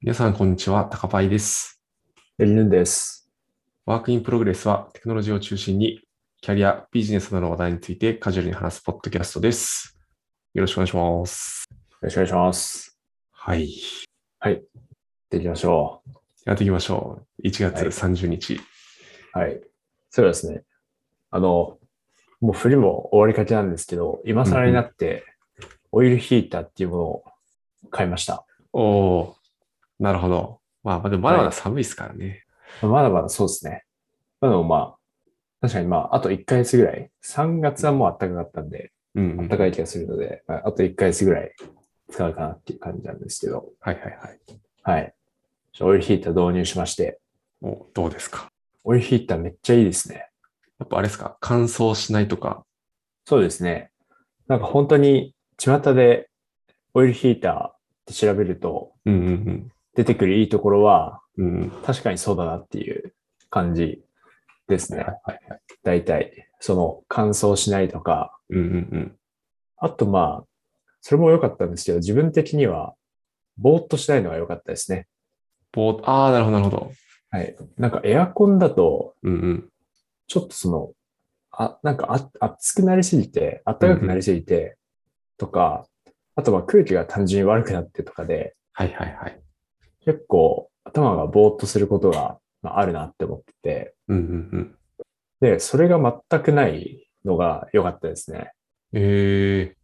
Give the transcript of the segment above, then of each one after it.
皆さん、こんにちは。高パイです。エリヌンです。ワークインプログレスはテクノロジーを中心にキャリア、ビジネスなどの話題についてカジュアルに話すポッドキャストです。よろしくお願いします。よろしくお願いします。はい。できましょやっていきましょう。1月30日。う。はい。そうですね。あの、もう冬も終わりかけなんですけど、今更になって、オイルヒーターっていうものを買いました。おおなるほど。まあ、まあでもまだまだ寒いですからね。まだまだそうですね。まあでもまあ、確かにまあ、あと1ヶ月ぐらい。3月はもう暖かかったんで、うん、うん。暖かい気がするので、まああと1ヶ月ぐらい使うかなっていう感じなんですけど、はいはいはい。はい。ちょオイルヒーター導入しまして、おどうですかオイルヒーターめっちゃいいですね。やっぱあれですか乾燥しないとか。そうですね。なんか本当に巷でオイルヒーターって調べるとうんうん出てくるいいところはうん。うんうん。確かにそうだなっていう感じですねは。いはいはい。大体。その乾燥しないとか。うんうんあとまあ、それも良かったんですけど、自分的にはぼーっとしないのが良かったですね。うん。ぼああ、なるほどなるほど。はい。なんかエアコンだと、うんうん。ちょっとその、あ、なんかあ暑くなりすぎて、暖かくなりすぎてとか、あとは空気が単純に悪くなってとかで、はいはいはい。結構頭がぼーっとすることがまああるなって思ってて、うんうんうん。で、それが全くないのが良かったですね。ええ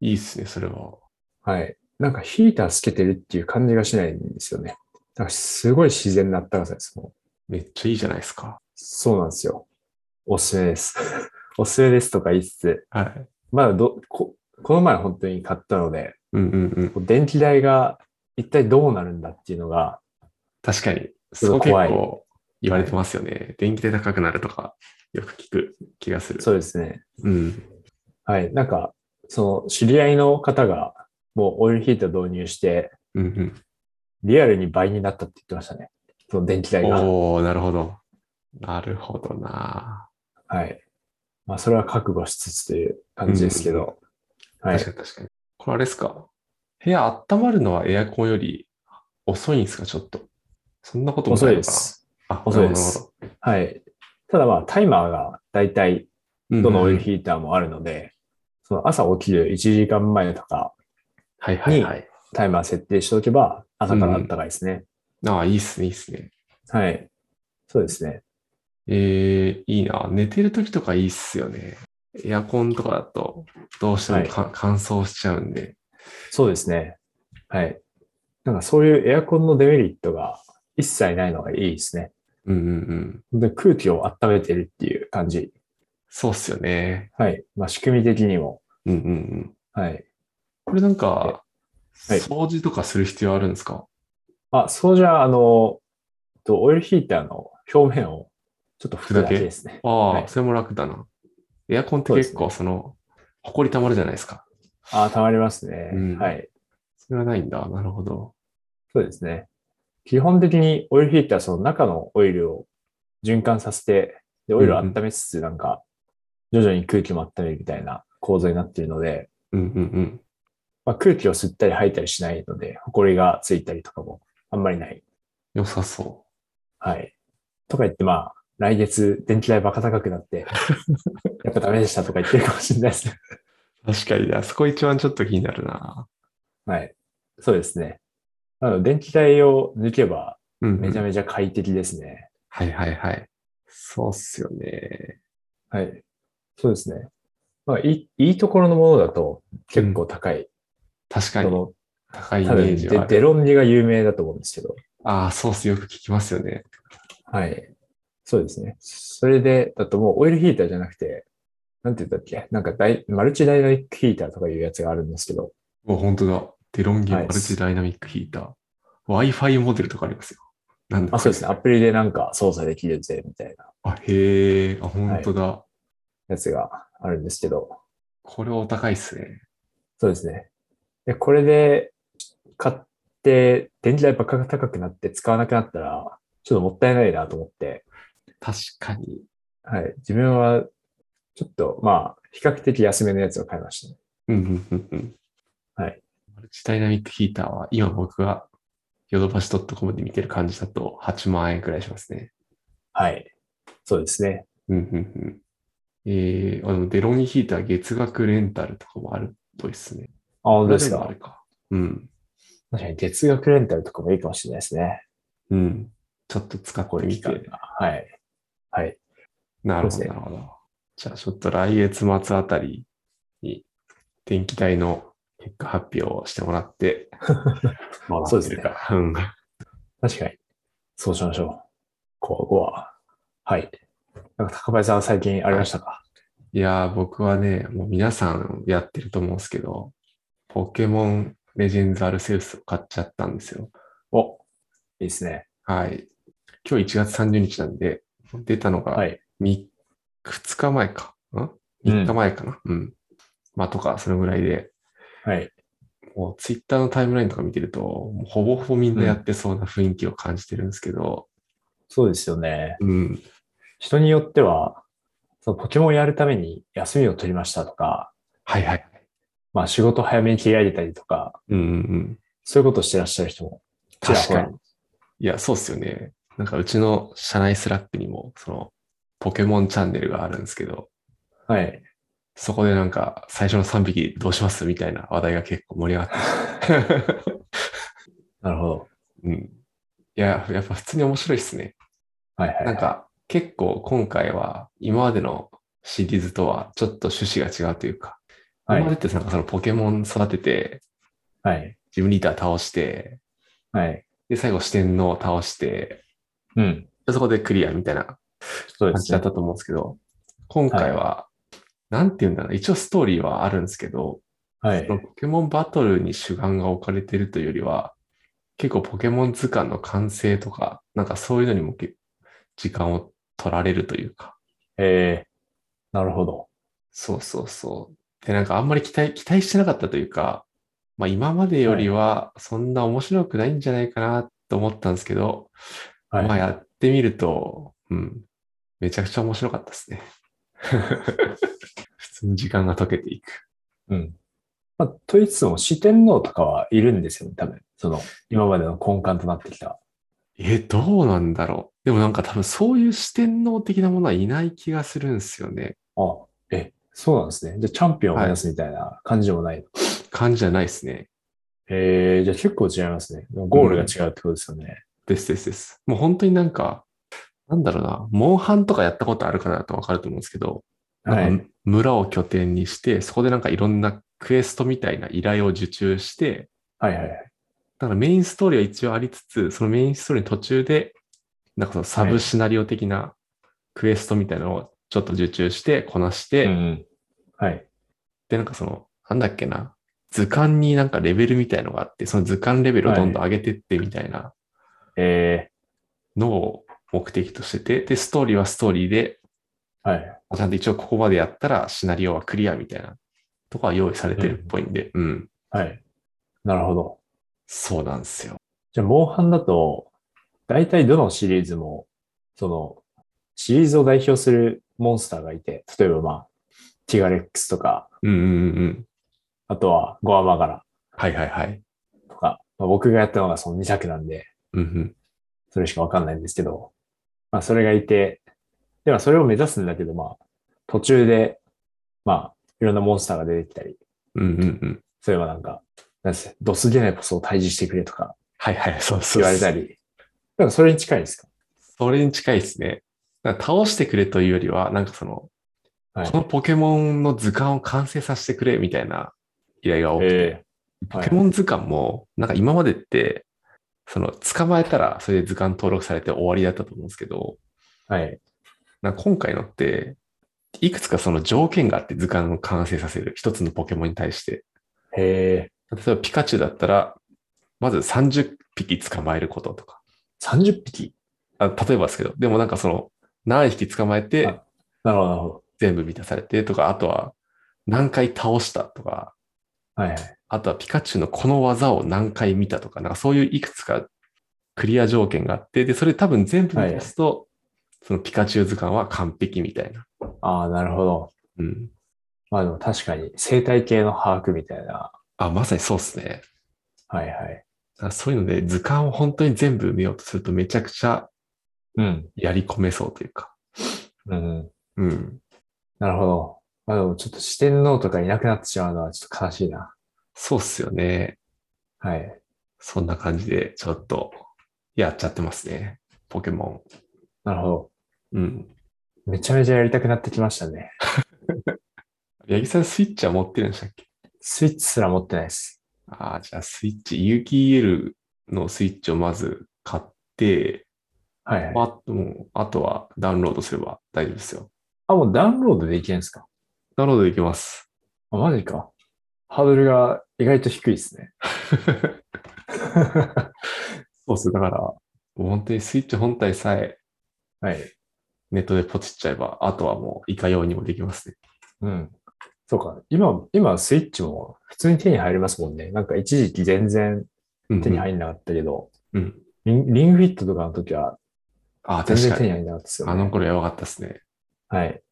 いいっすね、それは。はい。なんかヒーターつけてるっていう感じがしないんですよね。だからすごい自然な暖かさです。もうめっちゃいいじゃないですか。そうなんですよ。おすすめです。 おすすめですとか言いつつ、はい。まだど、こ、この前本当に買ったので、うんうんうん。こう電気代が一体どうなるんだっていうのが、確かに、すそごうい結怖い構言われてますよね。電気で高くなるとか、よく聞く気がする。そうですね。うん。はい。なんか、その知り合いの方が、もうオイルヒーター導入して、うんうんリアルに倍になったって言ってましたね。その電気代が。おおなるほど。なるほどな。はい。まあ、それは覚悟しつつという感じですけど。はい確。かに確かに。これあれですか部屋温まるのはエアコンより遅いんですか、ちょっと。そんなことも遅ないいのでかな。す。あ、遅いですなるほどはい。ただまあ、タイマーが大体なるほど。どのオうんイルうんヒーターもあるので、その朝起きる1時間前とか、はいはいはい。タイマー設定しておけば、朝からあったかいですね。ああ、いいっすね、いいっすね。はい。そうですね。ええいいな。寝てるときとかいいっすよね。エアコンとかだと、どうしてもか乾燥しちゃうんで。そうですね。はい。なんかそういうエアコンのデメリットが一切ないのがいいですね。うんうんうん。本当に空気を温めてるっていう感じ。そうっすよね。はい。まあ、仕組み的にも。うんうんうん。はい。これなんか、はい掃除とかする必要あるんですかあ、そうじゃあ、あの、えっとオイルヒーターの表面をちょっと拭くだけですね。ああ、はいそれも楽だな。エアコンってそうです結ね構その、埃溜まるじゃないですか。あ、たまりますね、うんはい。それはないんだ。なるほど。そうですね。基本的にオイルヒーターはその中のオイルを循環させて、で、オイルを温めつつ、なんか、徐々に空気も温めるみたいな構造になっているので、うんうんうん。まあ、空気を吸ったり吐いたりしないので、埃がついたりとかもあんまりない。良さそはい。とか言って、まあ、来月電気代バカ高く なって、やっぱダメでしたとか言ってるかもしれないですね。う。確かにな。そこ一番ちょっと気になるな。はい。そうですね。あの、電気代を抜けばうん、うん。めちゃめちゃ快適ですね。はいはいはい。そうっすよね。はい。そうですね。まあ、いい、いいところのものだと結構高い。確かそにの、高いイメ多ー分ジデはある。デロンギが有名だと思うんですけど。ああ、そうっす。よく聞きますよね。はい。そうですね。それで、だともうオイルヒーターじゃなくて、なんて言ったっけなんかダイマルチダイナミックヒーターとかいうやつがあるんですけど、もう本当だ。デロンギはマいルチダイナミックヒーター。Wi-Fi モデルとかありますよ。なんだあ、そうですね。こアプリでなんか操作できるぜ、みたいなれあ、へえ、あ、本当だ。やつがあるんですけど、これはお高いっすね。そうですね。で、これで買って、電気代ばっか高くなって使わなくなったら、ちょっともったいないなと思って、確かに。はい。自分は、ちょっと、まあ、比較的安めのやつを買いましたね。うん、うん、うん、うん。はい。マルチダイナミックヒーターは今僕がヨドバシ .com で見てる感じだと8万円くらいしますね。はい。そうですね。うんうんうん。えー、あの、デロンギヒーター月額レンタルとかもあるっぽいですね。あ、本当ですもあかれ。か。うん。確かに月額レンタルとかもいいかもしれないですね。うん。ちょっと使ってみ期間て。がはい。はい。なるほそど、うですなねるほど。じゃあちょっと来月末あたりに電気代の結果発表をしてもらって、どなってそうですねるか。うん。確かに。そうしましょう。こわこわ。はい。なんか高林さんは最近ありましたかいやー、僕はね、もう皆さんやってると思うんですけど、ポケモンレジェンズアルセウスを買っちゃったんですよ。お、いいですね。はい。今日1月30日なんで、出たのがはい。 2日前か。んうん ?3 日前かな。うん。まあ、とか、そのぐらいで、はい。もうツイッターのタイムラインとか見てると、もうほぼほぼみんなやってそうな雰囲気を感じてるんですけど、そうですよね。うん。人によっては、そのポケモンやるために休みを取りましたとか、はいはい。まあ仕事早めに切り上げたりとか、うんうんうん。そういうことをしてらっしゃる人もちら確ほからに。いや、そうっすよね。なんかうちの社内スラックにも、その、ポケモンチャンネルがあるんですけど、はい。そこでなんか最初の3匹どうしますみたいな話題が結構盛り上がってて。 なるほど。うん。いや、やっぱ普通に面白いっすね。はいはい。なんか結構今回は今までのシリーズとはちょっと趣旨が違うというか、は今までい。ってなんかそのポケモン育てて、はい。ジムリーダー倒して、はい。で、最後四天王倒して、うん。でそこでクリアみたいなそうで感じすだねっ。たと思うんですけど、今回は、なんて言うんだろう、一応ストーリーはあるんですけど、はいそ。のポケモンバトルに主眼が置かれてるというよりは、結構ポケモン図鑑の完成とか、なんかそういうのにもけ時間を取られるというか、えー、なるほど。そうそうそう。で、なんかあんまり期待、期待してなかったというか、まあ今までよりはそんな面白くないんじゃないかなと思ったんですけど、はい。まあやってみると、うん、めちゃくちゃ面白かったです ね。普通に時間が溶けていく。うん。まあ、と言いつつも、四天王とかはいるんですよね、多分。その、今までの根幹となってきた。え、どうなんだろう。でもなんか多分そういう四天王的なものはいない気がするんですよね。あ、え、そうなんですね。じゃあ、チャンピオンを目指すみたいな感じでもない。感じじゃないですね。えー、じゃあ結構違いますね。ゴールが違うってことですよね。ですですです。もう本当になんか、なんだろうな、モンハンとかやったことある方だとわかると思うんですけど、はなんい。か村を拠点にして、そこでなんかいろんなクエストみたいな依頼を受注して、はいはいはい。だからメインストーリーは一応ありつつ、そのメインストーリーの途中で、なんかそのサブシナリオ的なクエストみたいなのをちょっと受注して、こなして、うんうん。はい。で、なんかその、なんだっけな、図鑑になんかレベルみたいのがあって、その図鑑レベルをどんどん上げてってみたいなえのを目的としてて、で、ストーリーはストーリーで、ー、はい。ちゃんと一応ここまでやったらシナリオはクリアみたいなとかは用意されてるっぽいんで、うんはい。なるほど。そうなんですよ。じゃあ、モンハンだと、大体どのシリーズも、その、シリーズを代表するモンスターがいて、例えばまあ、ティガレックスとか、うんうんうんうん。あとはゴアマガラはいはいはい。とか、まあ、僕がやったのがその2作なんで、うんうん。それしかわかんないんですけど、まあ、それがいて、ではそれを目指すんだけど、まあ、途中で、まあ、いろんなモンスターが出てきたり、うんうんうん。そういえばなんか、なんせ、ドスゲネポスを退治してくれとかはいはい、そうそうそう言われたり、なんかそれに近いですかそれに近いですね。なんか倒してくれというよりは、なんかその、はいこのポケモンの図鑑を完成させてくれみたいな依頼が多くて、えポケモン図鑑も、なんか今までって、その捕まえたらそれで図鑑登録されて終わりだったと思うんですけど、えはい。なんか今回のって、いくつかその条件があって図鑑を完成させる。一つのポケモンに対して。え例えばピカチュウだったら、まず30匹捕まえることとか。ー、30匹あ例えばですけど、でもなんかその、何匹捕まえてあなるほど、なるほど。全部満たされてとか、あとは何回倒したとか、はいはい。あとはピカチュウのこの技を何回見たとか、なんかそういういくつかクリア条件があって、で、それ多分全部満たすと、そのピカチュウ図鑑は完璧みたいな。ああ、なるほど。うん。まあでも確かに生態系の把握みたいな。あ、まさにそうっすね。はいはい。からそういうので、図鑑を本当に全部埋めようとするとめちゃくちゃうん。やり込めそうというか。うんうん。うん。なるほど。まあでもちょっと四天王とかいなくなってしまうのはちょっと悲しいな。そうっすよね。はい。そんな感じで、ちょっと、やっちゃってますね。ポケモなるほど。ン。うん。めちゃめちゃやりたくなってきましたね。八木さん、スイッチは持ってるんでしたっけスイッチすら持ってないです。ああ、じゃあスイッチ、有機 EL のスイッチをまず買って、はい、はい。まああともうあとはダウンロードすれば大丈夫ですよ。あ、もうダウンロードできるんですかダウンロードでき ます。あ、マジか。ハードルが意外と低いですね。そうっす。だから、本当にスイッチ本体さえはい。ネットでポチっちゃえば、あとはもういかようにもできますね。うん。そうか。今、今、スイッチも普通に手に入りますもんね。なんか一時期全然うん手に入んなかったけど、うんうん。リンリングフィットとかの時はああ、全確然か手にに。入んなかったですよあね。の頃やばかったですね。はい。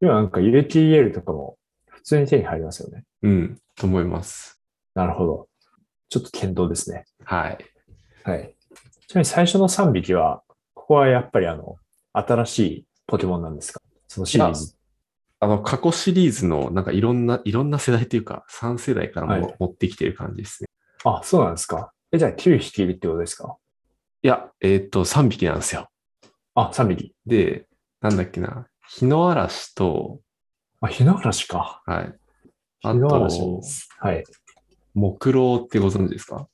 今なんか UTL とかも普通に手に入りますよね。うん、と思います。なるほど。ちょっと検討ですね。はい。はい。ちなみに最初の3匹は、ここはやっぱりあの、新しいポケモンなんですかそのシリーズ。あの、過去シリーズの、なんかいろんな、いろんな世代というか、3世代からはもい持ってきてる感じですね。あ、そうなんですか。え、じゃあ9匹いるってことですかいや、えーっと、3匹なんですよ。あ、3匹。で、なんだっけな、日の嵐と、あ、日の嵐か。はい。あ日の嵐と、はい。木狼ってご存知ですか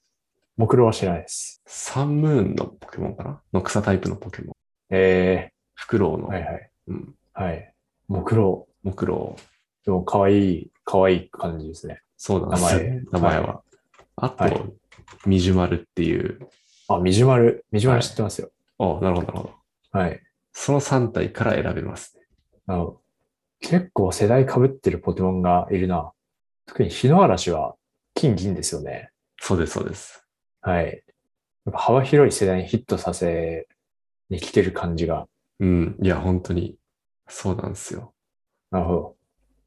目論は知らないです。サンムーンのポケモンかなの草タイプのポケモン。えフクロウの、ー、はいはい。うん、はい。目論。木狼。でも可愛い、可愛い感じですね。そうなんですよ名前名前は。あと、はいミジュマルっていう。あ、みじまる。みじまる知ってますよ。あなるほど、なるほど。はい。その3体から選べますね。あの結構世代被ってるポケモンがいるな。特に日の嵐は金銀ですよね。そうです、そうです。はい。やっぱ幅広い世代にヒットさせに来てる感じが。うん。いや、本当に。そうなんですよ。なるほど。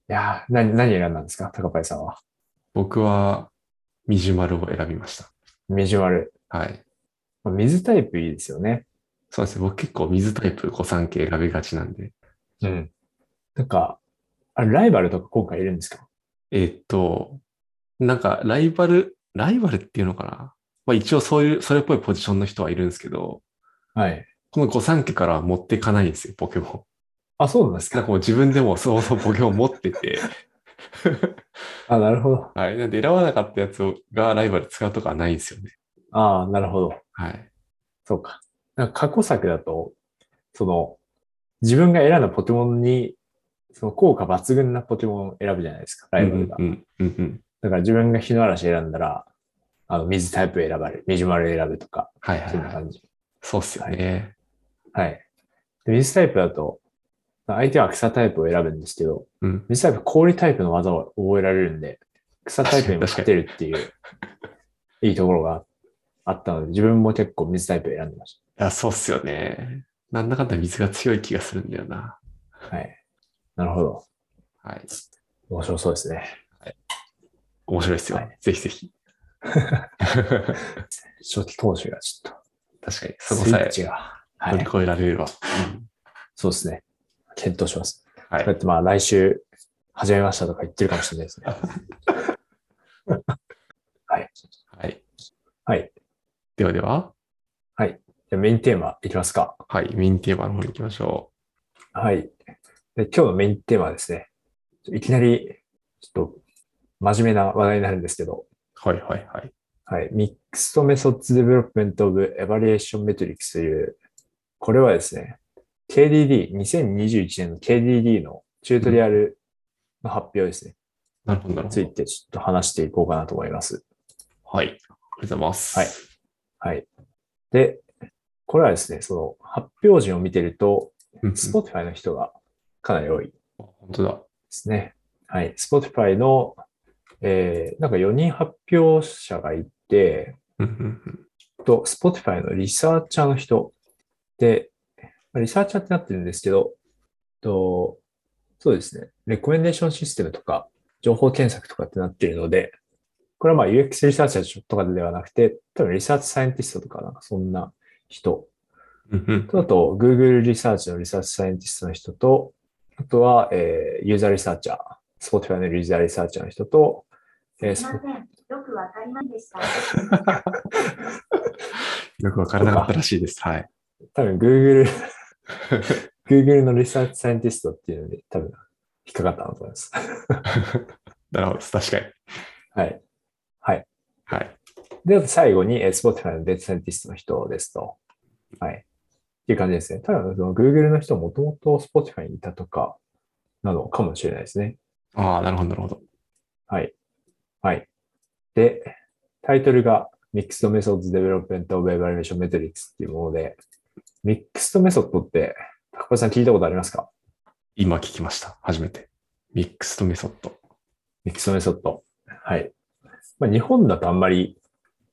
いやー、何、何選んだんですか高林さんは。僕は、ミジュマルを選びました。みじまる。はい。まあ水タイプいいですよね。そうですね。僕結構水タイプ5三系選びがちなんで。うん。なんか、あれ、ライバルとか今回いるんですかえーっと、なんかライバル、ライバルっていうのかなまあ一応そういう、それっぽいポジションの人はいるんですけど、はい。この五三家からは持っていかないんですよ、ポケモあ、そうなんですン。なんかかもう自分でもそうそうポケモン持ってて、 あ、なるほど。はい。なんで選ばなかったやつをがライバル使うとかはないんですよね。ああ、なるほど。はい。そうか。なんか過去作だと、その、自分が選んだポケモンに、その効果抜群なポケモンを選ぶじゃないですか、ライバルが。うんうんうんうん。だから自分が日の嵐選んだら、あの、水タイプ選ばれる、水丸選ぶとか、はいはそいんなはい。感じ。そうっすよね。はい。で水タイプだと、相手は草タイプを選ぶんですけど、うん。水タイプ、氷タイプの技を覚えられるんで、草タイプにも勝てるっていう、いいところがあったので、自分も結構水タイプ選んでましいや、そうっすよね。なんだかんだ水が強い気がするんだよな。た。はい。なるほど。はい。面白そうですね。面白いですよ。はいぜひぜ ひ。初期投資がちょっ確かに、と、そこスイさッえチが。は乗りい。越えられれば。そうですね。検討します。はいだってまあ来週始めましたとか言ってるかもしれないですね。はい。はい。ではでは、じゃあメインテーマいきますか。はい、メインテーマの方に行きましょはい。で今日のメインテーマはですね、ちょいきなりちょっと真面目な話題になるんですけう。ど、はいはいはい。はい。ミックストメソッドデベロップメントオブエバリエーションメトリックスという、これはですね、KDD、2021年の KDD のチュートリアルの発表ですね、なるほどなるほついど。てちょっと話していこうかなと思います。はい。ありがとうございます。はいはい。で、これはですね、その発表陣を見てると、うん。 Spotify の人がかなり多いで本当だ。すね。はい。Spotify の、えー、なんか4人発表者がいて、うんうんうんと、Spotify のリサーチャーの人で、まあリサーチャーってなってるんですけど、と、そうですね。レコメンデーションシステムとか、情報検索とかってなってるので、これはまあ UX リサーチャーとかではなくて、多分リサーチサイエンティストとかなんかそんな人うんうんあと、Google リサーチのリサーチサイエンティストの人と、あとは、えーユーザーリサーチャー、Spotify のユーザーリサーチャーの人と、えーすい Sp- ません。よくわかりませんでした。よくわからなかったらしいです。はい。多分 Google、Google のリサーチサイエンティストっていうのに多分引っかかったなと思います。なるほど。確かに。はい。はい。はい。で、あと最後に、えー Spotify のデータサイエンティストの人ですと。はい。っていう感じですね。多分、その Google の人もともと Spotify にいたとか、なのかもしれないですね。ああ、なるほど、なるほど。はい。はい。で、タイトルが Mixed Methods Development of Evaluation Metrics っていうもので、Mixed Method って、高橋さん聞いたことありますか今聞きました。初めて。ミックスとメソッド。 ?Mixed Method。はい。まあ、日本だとあんまり、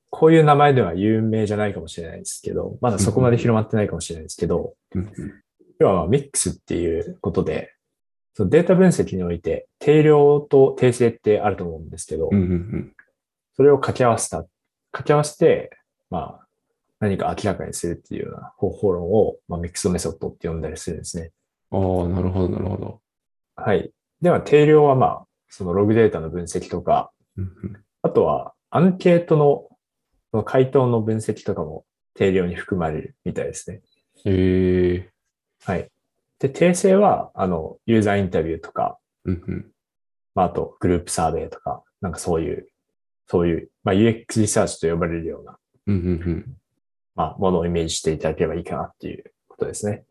こういう名前では有名じゃないかもしれないですけど、まだそこまで広まってないかもしれないですけど、うんうん要はまあ Mix っていうことで、そのデータ分析において定量と定性ってあると思うんですけど、うんうんそれを掛け合わせた、掛け合わせて、まあ、何か明らかにするっていうような方法論を、まあ、ミックスドメソッドって呼んだりするんですね。うん。ああ、なるほど、なるほど。はい。では、定量はまあ、そのログデータの分析とか、うんうんあとはアンケートの、その回答の分析とかも定量に含まれるみたいですね。へえ。はい。で、定性は、あの、ユーザーインタビューとか、うんうんまあ、あとグループサーベイとか、なんかそういう、そういう、まあ、UX リサーチと呼ばれるようなうんうんうん。まあ、ものをイメージしていただければいいかなっていうことですね。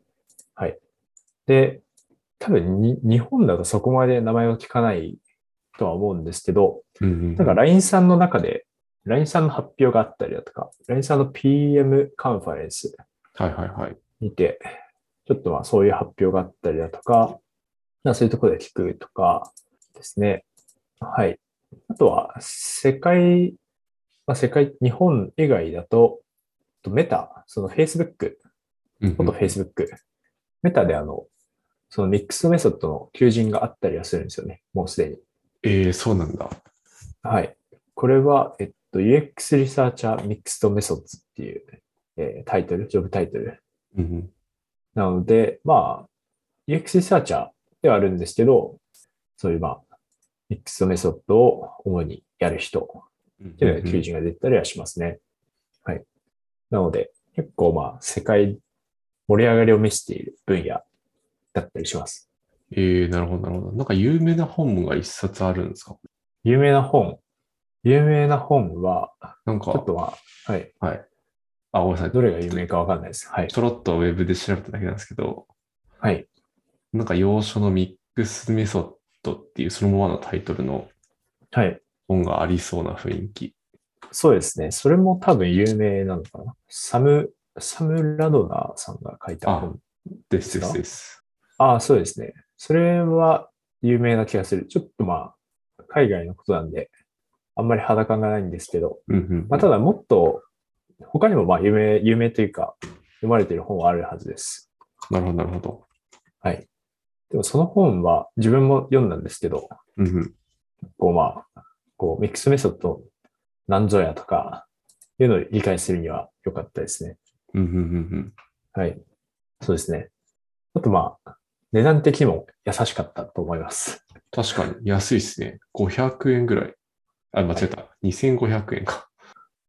はい。で、多分に日本だとそこまで名前を聞かないとは思うんですけど、うんうんうんなんか LINE さんの中で、LINE さんの発表があったりだとか、LINE さんの PM カンファレンスはいはいはい。にて、ちょっとまあそういう発表があったりだとか、まあそういうところで聞くとかですね。はい。あとは、世界、まあ、世界、日本以外だと、とメタ、その Facebook うんうん元 Facebook。メタであの、そのミックスドメソッドの求人があったりはするんですよね。もうすでに。ええ、そうなんだ。はい。これは、えっと、UX リサーチャーミックスドメソッドっていう、えータイトル、ジョブタイトル。うんうんなので、まあ、UX リサーチャーではあるんですけど、そういうまあ、ミックスドメソッドを主にやる人うんってういんうのが求人が出たりはしますね。はい。なので、結構まあ、世界盛り上がりを見せている分野だったりします。ええ、なるほど、なるほど。なんか有名な本が一冊あるんですか有名な本。有名な本は、なんちょっか、とは、はい。はい。あ、ごめんなさい。どれが有名かわかんないです。はい。ちょろっとウェブで調べただけなんですけど、はい。なんか要所のミックスメソッドっていうそのままのタイトルのはい。本がありそうな雰囲気。そうですね。それも多分有名なのかな。サム、サム・ラドナーさんが書いた本。ですでですすかです。ああ、そうですね。それは有名な気がする。ちょっとまあ、海外のことなんで、あんまり肌感がないんですけど、うんうん。まあ、ただもっと、他にもまあ、有名、有名というか、読まれている本はあるはずです。なるほど、なるほど。でもその本は自分も読んだんですけど、うんうん。こうまあ、こうミックスメソッドなんぞやとか、いうのを理解するには良かったですね。うんうんうんはい。そうですね。あとまあ、値段的にも優しかったと思います。うん。確かに安いですね。500円ぐらい。あ、間違えた。2500円か。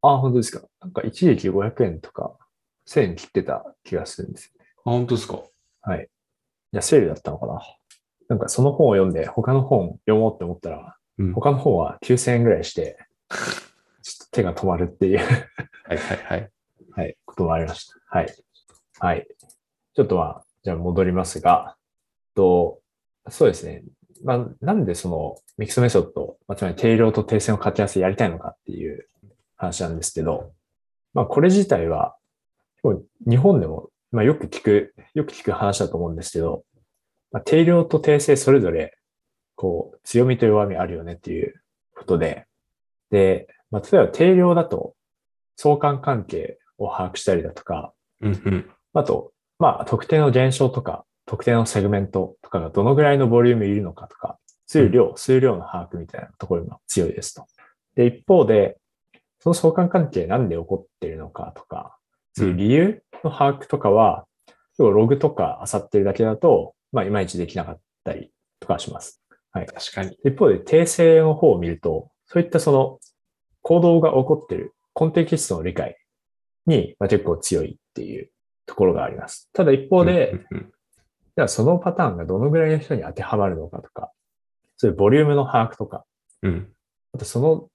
ああ、本当ですか。なんか一時期500円とか1000円切ってた気がするんですよね。あ、本当ですか。はい。じゃあセールだったのかな。なんかその本を読んで、他の本を読もうって思ったら、うん他の本は9000円ぐらいして、ちょっと手が止まるっていうはいはいはい。はい、こともありました。はい。はい。ちょっとまあ、じゃあ戻りますが、と、そうですね。まあ、なんでそのミックスメソッド、まあ、つまり定量と定線を掛け合わせやりたいのかっていう話なんですけど、まあ、これ自体は、結構日本でも、まあ、よく聞く、よく聞く話だと思うんですけど、まあ、定量と定性それぞれ、こう、強みと弱みあるよねっていうことで、で、まあ、例えば定量だと、相関関係を把握したりだとか、うんうん。あと、まあ、特定の現象とか、特定のセグメントとかがどのぐらいのボリュームいるのかとか、数量、数量の把握みたいなところが強いですと。で、一方で、その相関関係なんで起こっているのかとか、そういう理由の把握とかは、要はログとか漁ってるだけだと、まあ、いまいちできなかったりとかします。確かに。一方で、訂正の方を見ると、そういったその行動が起こっているコンテキストの理解に、まあ、結構強いっていうところがあります。ただ一方で、うんうんじゃあそのパターンがどのぐらいの人に当てはまるのかとか、そういうボリュームの把握とか、うん、うん。あとその、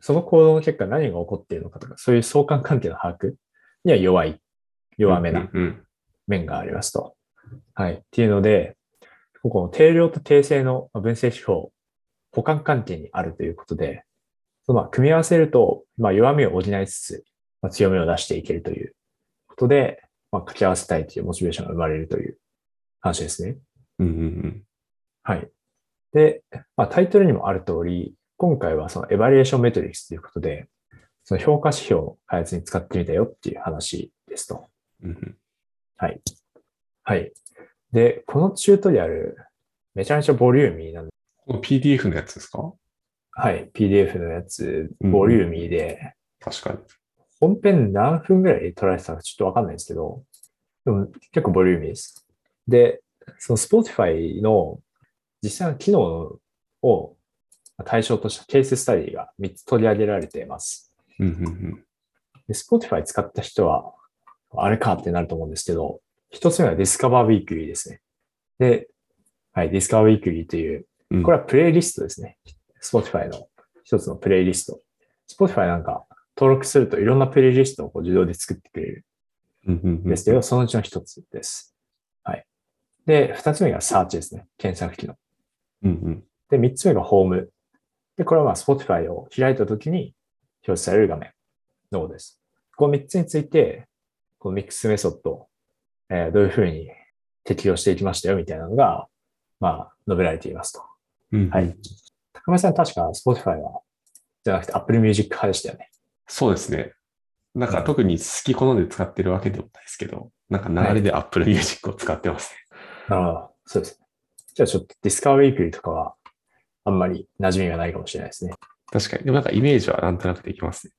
その行動の結果何が起こっているのかとか、そういう相関関係の把握には弱い、弱めうんなうん面がありますと。はい。っていうので、ここの定量と定性の分析手法、補完関係にあるということで、そのまあ組み合わせると、まあ、弱みを補いつつ、まあ、強みを出していけるということで、まあ、掛け合わせたいというモチベーションが生まれるという話ですね。うんうんはい。で、まあ、タイトルにもある通り、今回はそのエバリエーションメトリックスということで、その評価指標の開発に使ってみたよっていう話ですと。うんうんはい。で、このチュートリアル、めちゃめちゃボリューミーなんで、この PDF のやつですかはい。PDF のやつ、うんボリューミーで、確かに。本編何分ぐらい取られてたかちょっとわかんないですけど、でも結構ボリューミーです。で、その Spotify の実際の機能を対象としたケーススタディが3つ取り上げられています。うんうんで、Spotify 使った人は、あれかってなると思うんですけど、一つ目は Discover Weekly ですね。で、はい、Discover Weekly という、うんうん。これはプレイリストですね。Spotify の一つのプレイリスト。Spotify なんか登録するといろんなプレイリストをこう自動で作ってくれるうんうんうんんですけど、そのうちの一つです。はい。で、二つ目が Search ですね。検索機能。うんうんで、三つ目がホーム。で、これはまあ Spotify を開いたときに表示される画面のことです。この三つについて、このミックスメソッド、えーどういうふうに適用していきましたよみたいなのが、まあ、述べられていますと。うんうんはい。高村さん、確か Spotify は、じゃなくて Apple Music 派でしたよね。そうですね。なんか特に好き好んで使ってるわけでもないですけど、なんか流れで Apple Music を使ってますね。なるほど。そうですね。じゃあちょっと Discover Weekly とかは、あんまり馴染みがないかもしれないですね。確かに。でもなんかイメージはなんとなくできますね。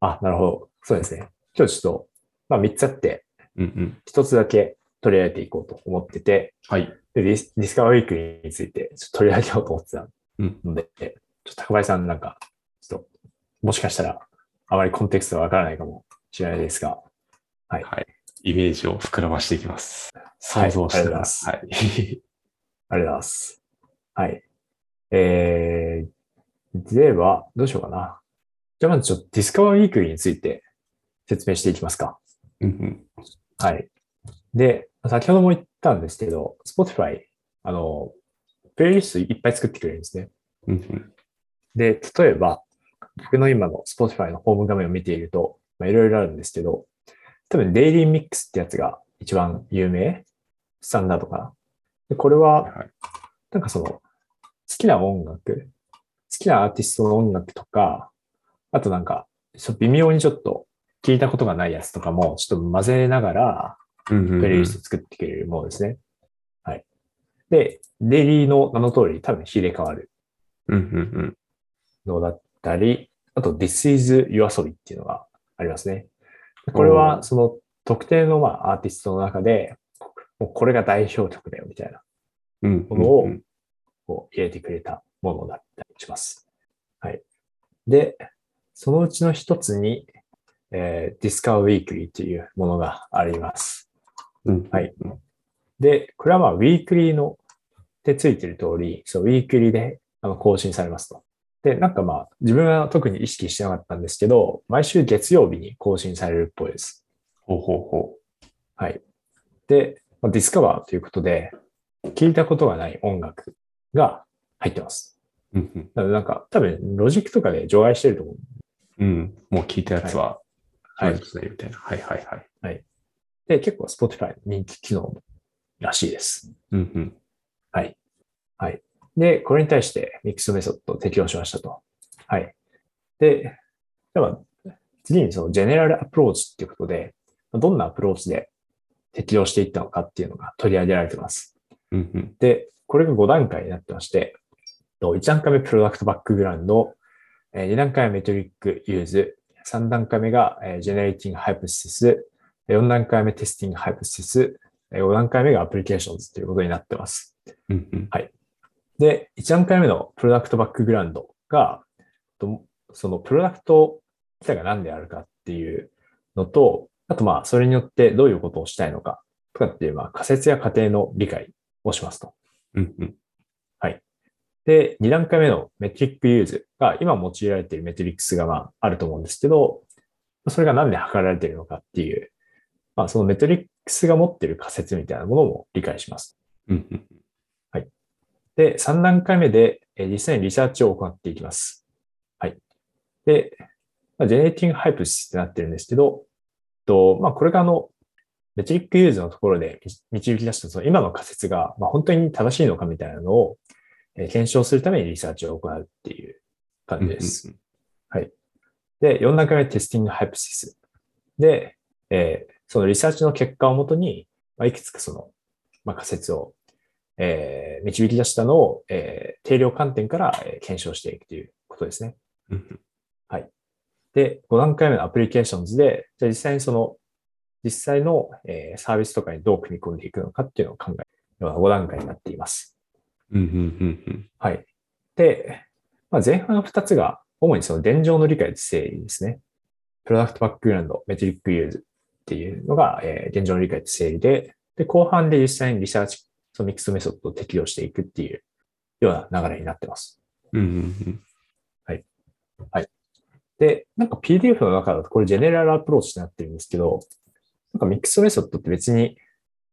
あ、なるほど。そうですね。今日ちょっと、まあ三つあって、うんうん。一つだけ取り上げていこうと思ってて、はい。でディスディスカバーウィークリーについてちょっと取り上げようと思ってたうんので、ちょっと高林さんなんか、ちょっと、もしかしたらあまりコンテクストがわからないかもしれないですが、イメージを膨らましていきます。は想い像してありがま。とうございますすはい。ありがとうございます。はい。えー、では、どうしようかな。じゃあまずちょっとディスカバーウィークリーについて説明していきますか。うんうんはい。で、先ほども言ったんですけど、Spotify、あの、プレイリストいっぱい作ってくれるんですね。うんうんで、例えば、僕の今の Spotify のホーム画面を見ていると、まあいろいろあるんですけど、多分、デイリーミックスってやつが一番有名スタンダードかな。で、これは、はいなんかその、好きな音楽、好きなアーティストの音楽とか、あとなんか、ちょっと微妙にちょっと聞いたことがないやつとかも、ちょっと混ぜながら、うんうんうんプレイリスト作ってくれるものですね。はい。で、デイリーの名の通り、多分入れ替わるうんうんのだったり、あと This is 夜遊びっていうのがありますね。これおはーその特定のまあアーティストの中で、もうこれが代表曲だよみたいな、うんうんうんものをこう入れてくれたものだったりします。はい。で、そのうちの一つに、えー、Discover Weekly というものがあります。うんはい。で、これはまあ、ウィークリーの、ってついてる通り、そう、ウィークリーであの更新されますと。で、なんかまあ、自分は特に意識してなかったんですけど、毎週月曜日に更新されるっぽいです。ほうほうほはい。で、まあ、ディスカバーということで、聞いたことがない音楽が入ってます。う。うんうんなのでなんか、多分、ロジックとかで除外してると思う。うん。もう聞いたやつは、はい大丈夫だよみたいな。はいはいはい。で、結構 Spotify 人気機能らしいです。うんうん。で、これに対してミックスメソッドを適用しましたと。はい。で、では次にそのジェネラルアプローチっていうことで、どんなアプローチで適用していったのかっていうのが取り上げられてます。うんうん。で、これが5段階になってまして、と1段階目プロダクトバックグラウンド、えー2段階目メトリックユーズ、3段階目がジェネレーティングハイプシス、4段階目テスティングハイプシス、5段階目がアプリケーションズということになってます。うんうんで、1段階目のプロダクトバックグラウンドが、とそのプロダクト自体が何であるかっていうのと、あとまあ、それによってどういうことをしたいのかとかっていう、まあ、仮説や仮定の理解をしますと。うんうんで、2段階目のメトリックユーズが、今用いられているメトリックスがまああると思うんですけど、それが何で測られているのかっていう、まあ、そのメトリックスが持っている仮説みたいなものも理解します。うんうんで、3段階目で、えー実際にリサーチを行っていきます。はい。で、まあ、ジェネレーティングハイプシスってなってるんですけど、とまあ、これがあの、メトリックユーズのところで導き出したその今の仮説が、まあ、本当に正しいのかみたいなのを、えー検証するためにリサーチを行うっていう感じです。うんで、4段階目テスティングハイプシス。で、えーそのリサーチの結果をもとに、まあ、いくつかその、まあ、仮説を、えー導き出したのを、えー定量観点からえー検証していくということですね。うんうんで、5段階目のアプリケーションズで、じゃあ実際にその、実際の、えーサービスとかにどう組み込んでいくのかっていうのを考えるような5段階になっています。うんうんうんはい。で、まあ、前半の2つが、主にその伝承の理解と整理ですね。プロダクトバックグラウンド、メトリックユーズっていうのが、えー、現状の理解と整理で、で、後半で実際にリサーチ、そのミックスメソッドを適用していくっていうような流れになってます。うんうんで、なんか PDF の中だとこれジェネラルアプローチになってるんですけど、なんかミックスメソッドって別に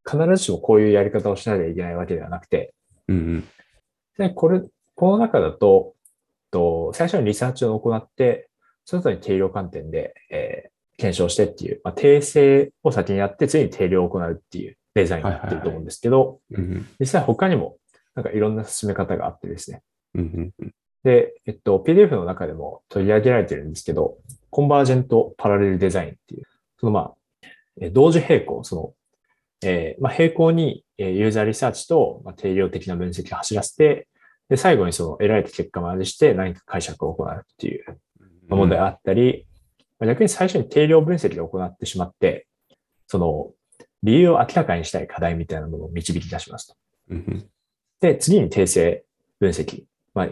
必ずしもこういうやり方をしなきゃいけないわけではなくて、うんうんうんで、これ、この中だと、と最初にリサーチを行って、その後に定量観点で、えー検証してっていう、まあ、訂正を先にやって、次に定量を行うっていうデザインになってると思うんですけど、うん実際他にも、なんかいろんな進め方があってですね。うんうんで、えっと、PDF の中でも取り上げられてるんですけど、コンバージェントパラレルデザインっていう、そのまあ、えー同時並行、その、えーまあ、並行にえーユーザーリサーチとまあ定量的な分析を走らせて、で、最後にその得られた結果までして何か解釈を行うっていうまあ問題があったり、まあ逆に最初に定量分析で行ってしまって、その理由を明らかにしたい課題みたいなものを導き出しますと。うんうんで、次に訂正分析、まあ、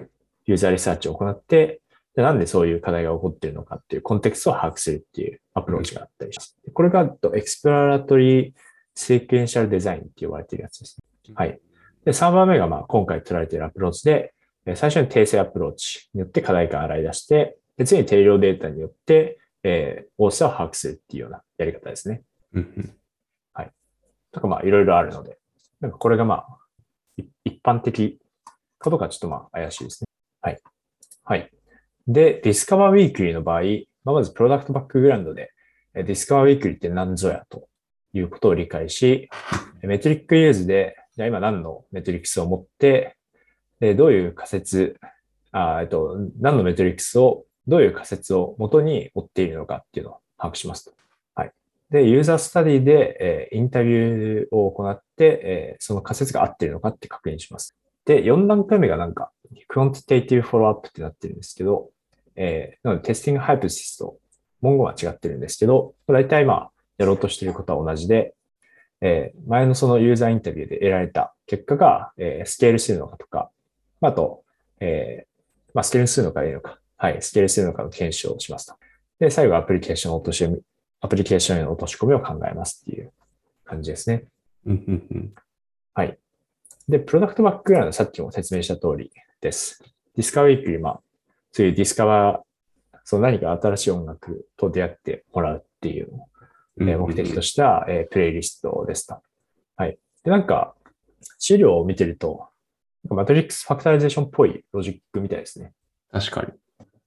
ユーザーリサーチを行って、でなんでそういう課題が起こっているのかっていうコンテクストを把握するっていうアプローチがあったりします。これがとエクスプララトリーセクエンシャルデザインって呼ばれているやつですね。はい。で、3番目がまあ今回取られているアプローチで、えー最初に訂正アプローチによって課題感を洗い出して、で次に定量データによって、えー、大きさを把握するっていうようなやり方ですね。うんうんとかまあいろいろあるので、なんかこれがまあ、い一般的かどうかちょっとまあ怪しいですね。はい。はい。で、ディスカバーウィークリーの場合、まあ、まずプロダクトバックグラウンドで、えディスカバーウィークリーって何ぞやということを理解し、えメトリックユーズで、じゃあ今何のメトリックスを持って、でどういう仮説、あーえっと、何のメトリックスを、どういう仮説を元に追っているのかっていうのを把握しますと。で、ユーザースタディで、えーインタビューを行って、えーその仮説が合っているのかって確認します。で、4段階目がなんか、クオンティテイティブフォローアップってなってるんですけど、えーなのでテスティングハイプシスと文言は違ってるんですけど、大体まあ、やろうとしていることは同じで、えー前のそのユーザーインタビューで得られた結果が、えースケールするのかとか、まああと、えーまあ、スケールするのかいいのか、はい、スケールするのかの検証をしますと。で、最後アプリケーションを落とし込みアプリケーションへの落とし込みを考えますっていう感じですね。うんうんうんで、プロダクトバックグラウンド、さっきも説明した通りです。ディスカバーウィークリー、まあ、そういうディスカバー、その何か新しい音楽と出会ってもらうっていうのをうんえー目的とした、えープレイリストでした。はい。で、なんか、資料を見てると、なんかマトリックスファクタリゼーションっぽいロジックみたいですね。確かに。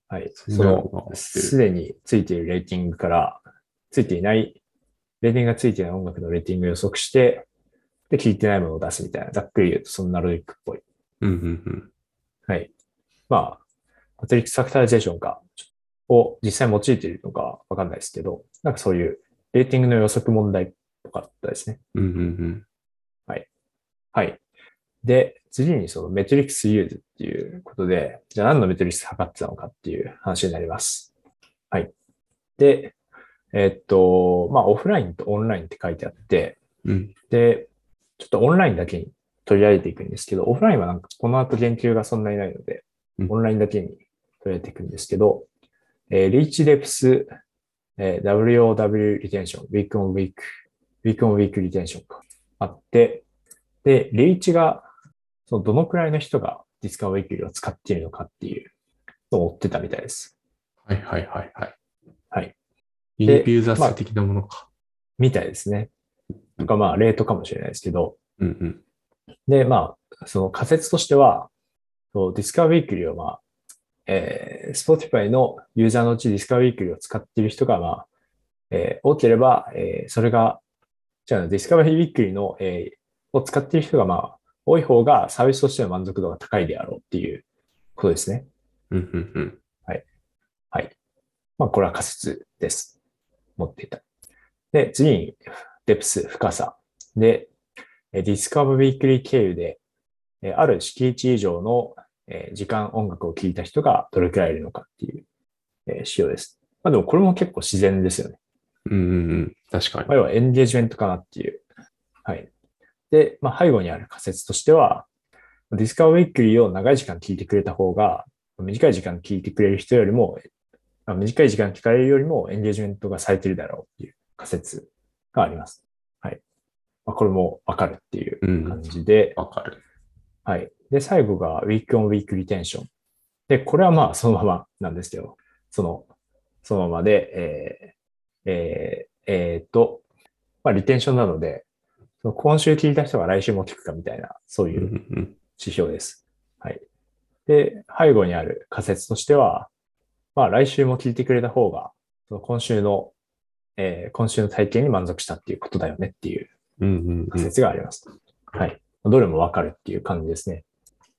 はい。そういうそのがの、起きてるすでについているレーティングから、ついていない、レーティングがついていない音楽のレーティングを予測して、で、聞いてないものを出すみたいな、ざっくり言うと、そんなロジックっぽい。うんうんうんはい。まあ、マトリックスファクタリゼーションか、を実際用いているのかわかんないですけど、なんかそういうレーティングの予測問題っぽかったですね。うんうんうんはい。で、次にそのメトリックスユーズっていうことで、じゃあ何のメトリックス測ってたのかっていう話になります。はい。で、えっと、まあオフラインとオンラインって書いてあって、うん。で、ちょっとオンラインだけに取り上げていくんですけど、オフラインはなんかこの後言及がそんなにないのでうん、オンラインだけに取り上げていくんですけど、えー、リーチレプス、えー WOW リテンション、ウィークオンウィーク、ウィークオンウィークリテンションか、あって、で、リーチが、そのどのくらいの人がディスカウィークリーを使っているのかっていうのを追ってたみたいです。はいはいはいはい。はい。ユニピユーザー数的なものか。みたいですね。とか、まあ、レートかもしれないですけど、うんうん。で、まあ、その仮説としては、そうディスカウィークリーは、まあ、えー、Spotify のユーザーのうちディスカウィークリーを使っている人が、まあ、えー多ければ、えーそれが、じゃあ、ディスカウィークリーの、えーを使っている人が、まあ、多い方がサービスとしての満足度が高いであろうっていうことですね。うんうんうん。まあ、これは仮説です。持っていた。で、次に、デプス、深さ。で、ディスカブウィークリー経由で、えある敷地以上のえー時間音楽を聴いた人がどれくらいいるのかっていうえー指標です。まあでもこれも結構自然ですよね。うんうんうん。確かにまあ。要はエンゲージメントかなっていう。はい。で、まあ、背後にある仮説としては、ディスカウィークリーを長い時間聞いてくれた方が、短い時間聞いてくれる人よりも、あ短い時間聞かれるよりもエンゲージメントがされてるだろうっていう仮説があります。はい。まあ、これもわかるっていううん感。じで、わかる。はい。で、最後が Week on Week Retention。で、これはまあそのままなんですけど、その、そのままで、えー、えー、えーと、まあリテンションなので、その今週聞いた人が来週も聞くかみたいな、そうういんううん指標です。はい。で、背後にある仮説としては、まあ来週も聞いてくれた方が、その今週の、えー今週の体験に満足したっていうことだよねっていううん。うんうんう仮ん。説があります。はい。どれもわかるっていう感じですね。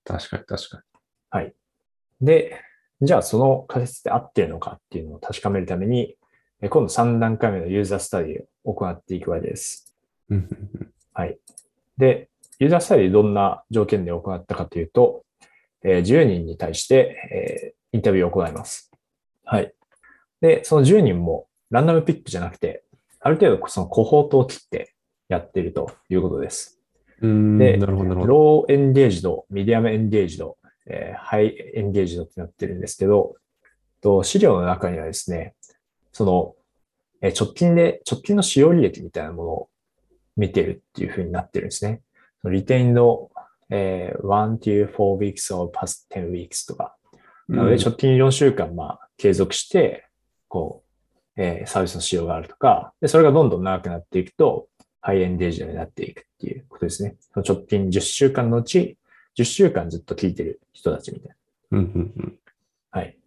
確かに確かで、じゃあその仮説で合ってるのかっていうのを確かめるために、え今度3段階目のユーザースタディを行っていくわけです。に。うんうんで、ユーザースタディどんな条件で行ったかというと、えー10人に対して、えーインタビューを行います。はい。で、その10人もランダムピックじゃなくて、ある程度そのコホートを切ってやっているということです。うん。うーで、ん。なるほどなるほど。ローエンゲージド、ミディアムエンゲージド、えーハイエンゲージドってなってるんですけど、と資料の中にはですね、その、えー直近で、直近の使用履歴みたいなものを見てるっていう風になってるんですね。そのリテインの、えー、1, 2, 4 weeks or past 10 weeks とか。なので、直近4週間、まあ、継続して、こう、えーサービスの使用があるとか、で、それがどんどん長くなっていくと、ハイエンゲージドになっていくっていうことですね。その直近10週間のうち、10週間ずっと聞いてる人たちみたいな。うんうんうん。はい。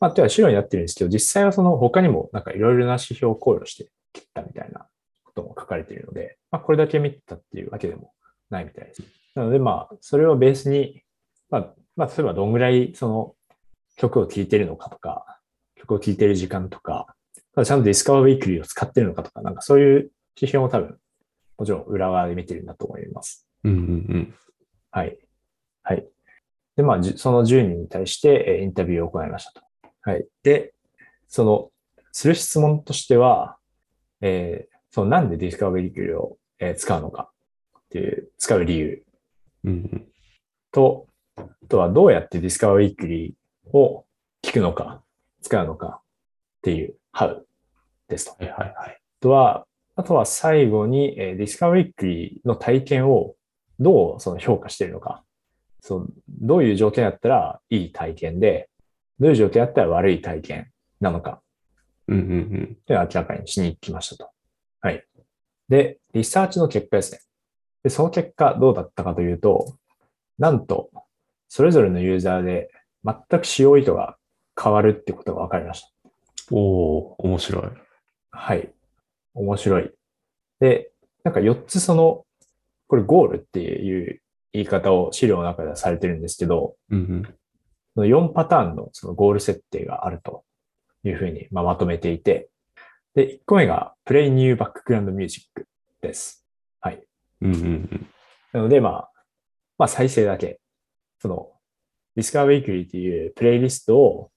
まあ、とは資料になってるんですけど、実際はその他にもなんかいろいろな指標を考慮して切ったみたいなことも書かれているので、まあ、これだけ見たっていうわけでもないみたいです。なので、まあ、それをベースに、まあ、まあ、例えばどんぐらいその曲を聴いてるのかとか、曲を聴いてる時間とか、まあちゃんとディスカバーウィークリーを使ってるのかとか、なんかそういう指標も多分、もちろん裏側で見てるんだと思います。うんうんはい。はい。で、まあ、じゅその10人に対してえーインタビューを行いましたと。はい。で、その、する質問としては、えーそのなんでディスカバリーキュリを、えー使うのかっていう、使う理由うん。うんと、あとはどうやってディスカバリーキュリを聞くのか、使うのかっていう、how ですと。うん。はいはいはい。あとは、あとは最後に、えーディスカバリークリーの体験をどうその評価しているのか。そうどういう条件だったらいい体験で、どういう条件だったら悪い体験なのかうんうんうん。というのを明らかにしに行きましたと。はい。で、リサーチの結果ですね。で、その結果どうだったかというと、なんと、それぞれのユーザーで全く使用意図が変わるってことが分かりました。おお、面白い。はい。面白い。で、なんか4つその、これゴールっていう言い方を資料の中ではされてるんですけど、うんその4パターンのそのゴール設定があるというふうにまあまとめていて、で、1個目が Play New Background Music です。うん。うんうんなので、まあ、まあ再生だけ。その、Discover Weekly っていうプレイリストを、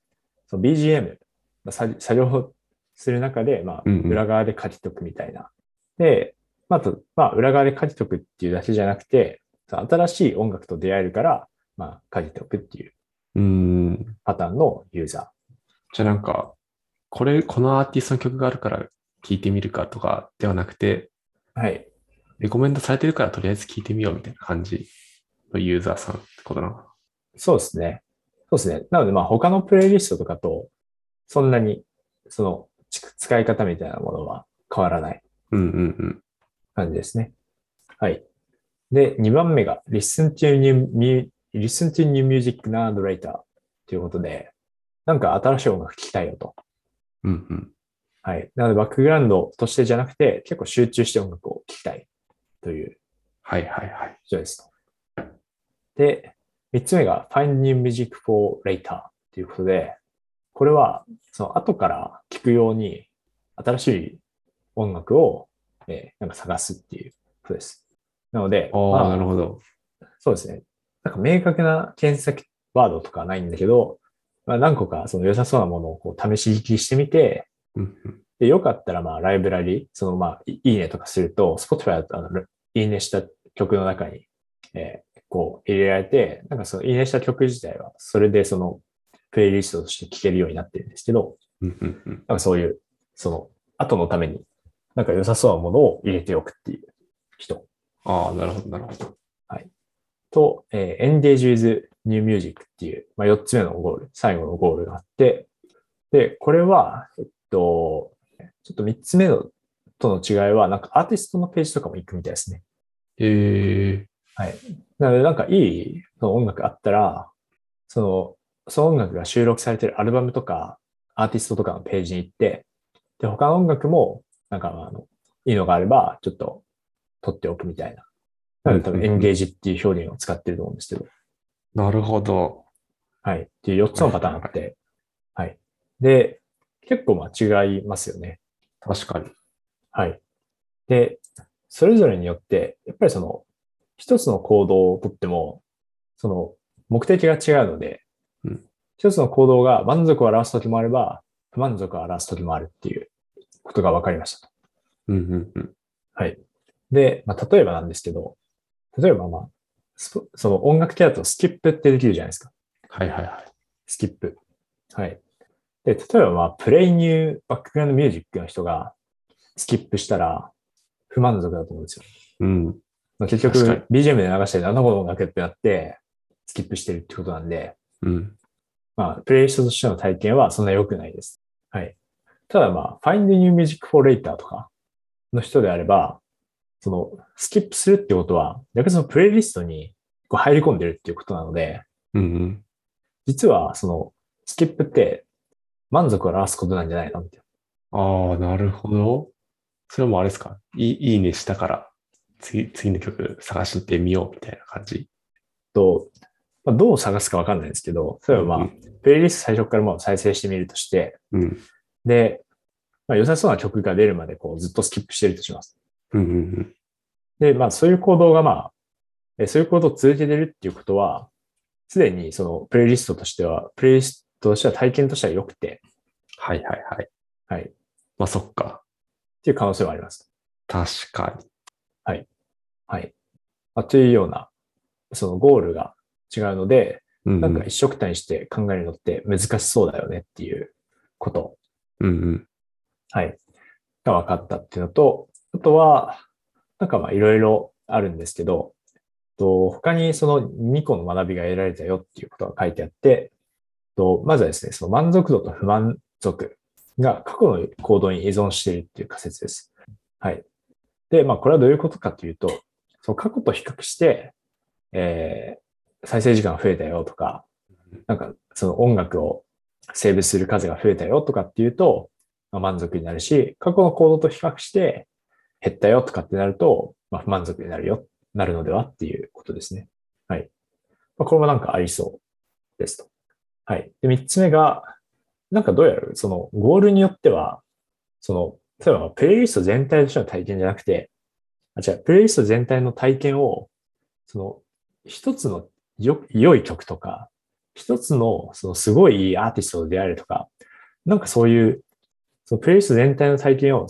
その BGM、まあ作作業する中で、まあうんうん裏側で書きとくみたいな。で、まああと、まあ裏側で書きとくっていうだけじゃなくて、その新しい音楽と出会えるから、まあ書きとくっていううん。パターンのユーザじゃあなんか、これ、このアーティストの曲があるから聴いてみるかとかではなくて、ー。はい。レコメンドされてるからとりあえず聴いてみようみたいな感じのユーザーさんってことなのかそうですね。そうですね。なので、まあ、他のプレイリストとかと、そんなに、その、ち使い方みたいなものは変わらないな。うんうんうん。感じですね。はい。で、2番目が、Listen to New, Mu- Listen to new Music Now and Later ということで、なんか新しい音楽聴きたいよと。うんうん。はい。なので、バックグラウンドとしてじゃなくて、結構集中して音楽を聴きたいというはいはいはい。以上ですと。で、3つ目が Find New Music for Later ということで、これは、その後から聴くように新しい音楽を、えーなんか探すっていうことです。なので、あまあ、あなるほど。そうですね。なんか明確な検索ワードとかはないんだけど、まあ、何個かその良さそうなものをこう試し聞きしてみて、うんうんで、よかったら、まあ、ライブラリ、その、まあ、いいいねとかすると、Spotify だと、あの、いいねした曲の中に、えーこう、入れられて、なんかその、いいねした曲自体は、それで、その、プレイリストとして聴けるようになってるんですけど、うんうんうん。なんかそういう、その、後のために、なんか良さそうなものを入れておくっていう人ああ、なるほど、なるほど。と、えー Engage with New Music っていう、まあ、4つ目のゴール、最後のゴールがあって、で、これは、えっと、ちょっと3つ目のとの違いは、なんかアーティストのページとかも行くみたいですね。ええなので、なんかいいその音楽あったら、その、その音楽が収録されてるアルバムとか、アーティストとかのページに行って、で、他の音楽も、なんか、あの、いいのがあれば、ちょっと、撮っておくみたいな。なので、多分、うんエうんうんンゲージっていう表現を使ってると思うんですけど、なるほど。はい。っていう4つのパターンあって、はい。で、結構、まあ、違いますよね。確かに。はい。で、それぞれによって、やっぱりその、一つの行動をとっても、その、目的が違うのでうん、一つの行動が満足を表すときもあれば、不満足を表すときもあるっていうことが分かりましたと。うんうんうん。はい。で、まあ、例えばなんですけど、例えばまあ、スポその音楽系だとスキップってできるじゃないですか。はいはいはい。スキップ。はい。で、例えば、まあ、プレイニューバックグラウンドミュージックの人がスキップしたら不満足だと思うんですよ。うん。まあ、結確かに局、BGM で流したり、7個の音楽ってなって、スキップしてるってことなんで、うん。まあ、プレイリストとしての体験はそんな良くないです。はい。ただ、まあ、Find New Music for Later とかの人であれば、その、スキップするってことは、逆にそのプレイリストにこう入り込んでるっていうことなので、うんうん。実は、その、スキップって満足を表すことなんじゃないのみたいああ、なるほど。それもあれですかいいいいねしたから、次、次の曲探しに行ってみようみたいな感じ。な。と、まあ、どう探すかわかんないんですけど、例えば、うまあ、んプレイリスト最初からもう再生してみるとして、うん。で、まあ、良さそうな曲が出るまでこうずっとスキップしてるとします。うんうんで、まあ、そういう行動がまあ、えそういう行動を続けてるっていうことは、すでにそのプレイリストとしては、プレイリストとしては体験としては良くて、はいはいはい。はい。まあそっか。っていう可能性もあります。確かに。はい。まあ、というような、そのゴールが違うので、うんうんなんか一緒くたにして考えるのって難しそうだよねっていうこと、うんうん。はい、が分かったっていうのと、あとは、なんかまあいろいろあるんですけど、と他にその2個の学びが得られたよっていうことが書いてあって、とまずはですね、その満足度と不満足が過去の行動に依存しているっていう仮説です。はい。で、まあこれはどういうことかというと、その過去と比較して、えー再生時間が増えたよとか、なんかその音楽をセーブする数が増えたよとかっていうと、まあ、満足になるし、過去の行動と比較して減ったよとかってなると、まあ、不満足になるよ、なるのではっていうことですね。はい。まあ、これもなんかありそうですと。はい。で、三つ目が、なんかどうやらそのゴールによっては、その、例えばプレイリスト全体としての体験じゃなくて、あ、違う、プレイリスト全体の体験を、その、一つのよ良い曲とか、一つのそのすごいいいアーティストと出会えるとか、なんかそういう、そのプレイリスト全体の体験を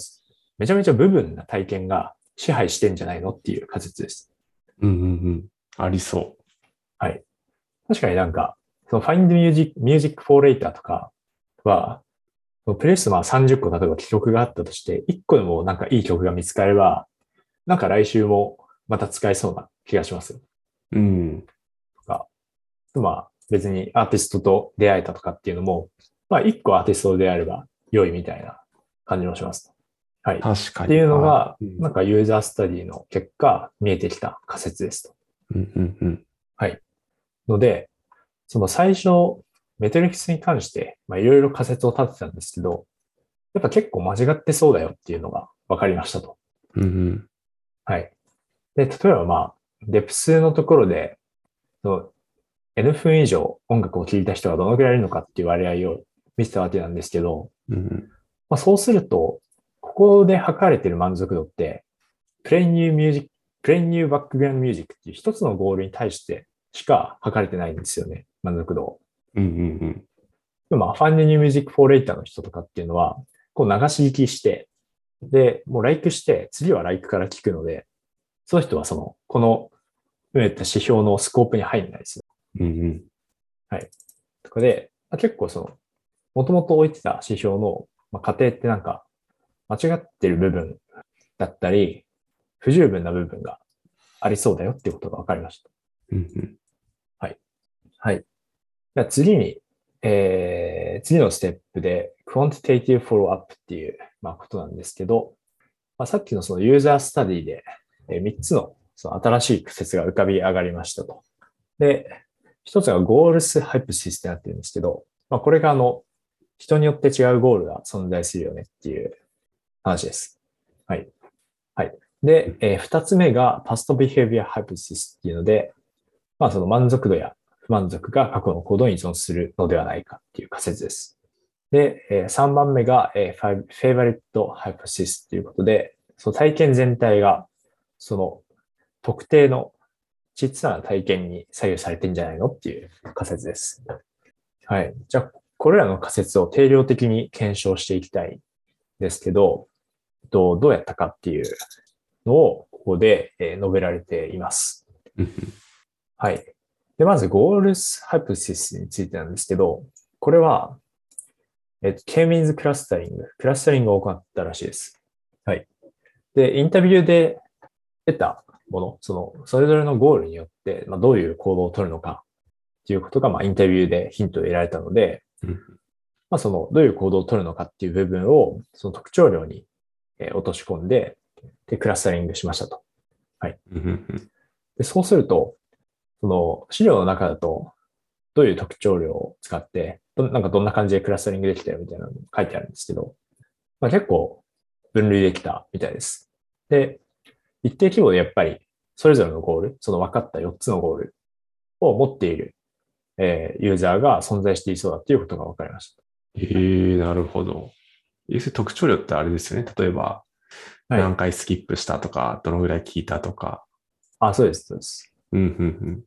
めちゃめちゃ部分な体験が支配してんじゃないのっていう仮説です。うんうんうん。ありそ確かになんか、その Find Music, Music for Later とかは、そのプレイリストまあ30個例えば曲があったとして、1個でもなんかいい曲が見つかれば、なんか来週もまた使えそうな気がします。う。うん。まあ別にアーティストと出会えたとかっていうのも、まあ一個アーティストと出会えれば良いみたいな感じもします。はい。っ確かに。ていうのが、うんなんかユーザースタディの結果見えてきた仮説ですと。うんうんうん。ので、その最初メトリックスに関して、まあいろいろ仮説を立てたんですけど、やっぱ結構間違ってそうだよっていうのが分かりましたと。うんうん。はい。で、例えばまあ、デプスのところで、その N 分以上音楽を聴いた人がどのくらいいるのかっていう割合を見てたわけなんですけど、うんうんまあ、そうすると、ここで測れてる満足度って、プレイニューミュージック、プレイニューバックグラウンドミュージックっていう一つのゴールに対してしか測れてないんですよね、満足度を。うんうんでも、ファンデニューミュージックフォーレイターの人とかっていうのは、こう流し聞きして、で、もうライクして、次はライクから聞くので、その人はその、この、埋めた指標のスコープに入んないですよ。うん。うんうん。とかで、まあ結構その、もともと置いてた指標の、まあ、過程ってなんか、間違ってる部分だったり、不十分な部分がありそうだよっていうことが分かりました。うんうん。はい。じゃあ次に、えー次のステップで、quantitative follow up っていう、まあ、ことなんですけど、まあ、さっきのそのユーザースタディで、え3つのその新しい仮説が浮かび上がりましたと。で、1つがゴールスハイプシスってなってるんですけど、まあ、これがあの、人によって違うゴールが存在するよねっていう話です。はい。はい。で、え2つ目がパストビヘビアハイプシスっていうので、まあその満足度や不満足が過去の行動に依存するのではないかっていう仮説です。で、えー3番目が、えーファイブフェイバリットハイポシスということで、その体験全体が、その特定の小さな体験に左右されてんじゃないのっていう仮説です。はい。じゃあ、これらの仮説を定量的に検証していきたいんですけど、えっとどうやったかっていうのをここでえー述べられています。うんうんはい。で、まず、ゴールスハイプシスについてなんですけど、これは、えっと、ケーミンズクラスタリング、クラスタリングを行ったらしいです。はい。で、インタビューで得たもの、その、それぞれのゴールによって、まあ、どういう行動を取るのかっていうことが、まあ、インタビューでヒントを得られたので、うんまあ、その、どういう行動を取るのかっていう部分を、その特徴量にえー落とし込んで、で、クラスタリングしましたと。うんうんで、そうすると、その資料の中だと、どういう特徴量を使って、どなんかどんな感じでクラスタリングできたよみたいなのが書いてあるんですけど、まあ、結構分類できたみたいです。で、一定規模でやっぱりそれぞれのゴール、その分かった4つのゴールを持っている、えーユーザーが存在していそうだということが分かりました。ええなるほど。要するに特徴量ってあれですよね。例えば、はい何回スキップしたとか、どのぐらい聞いたとか。あ、そうです、そうです。うんうんうん。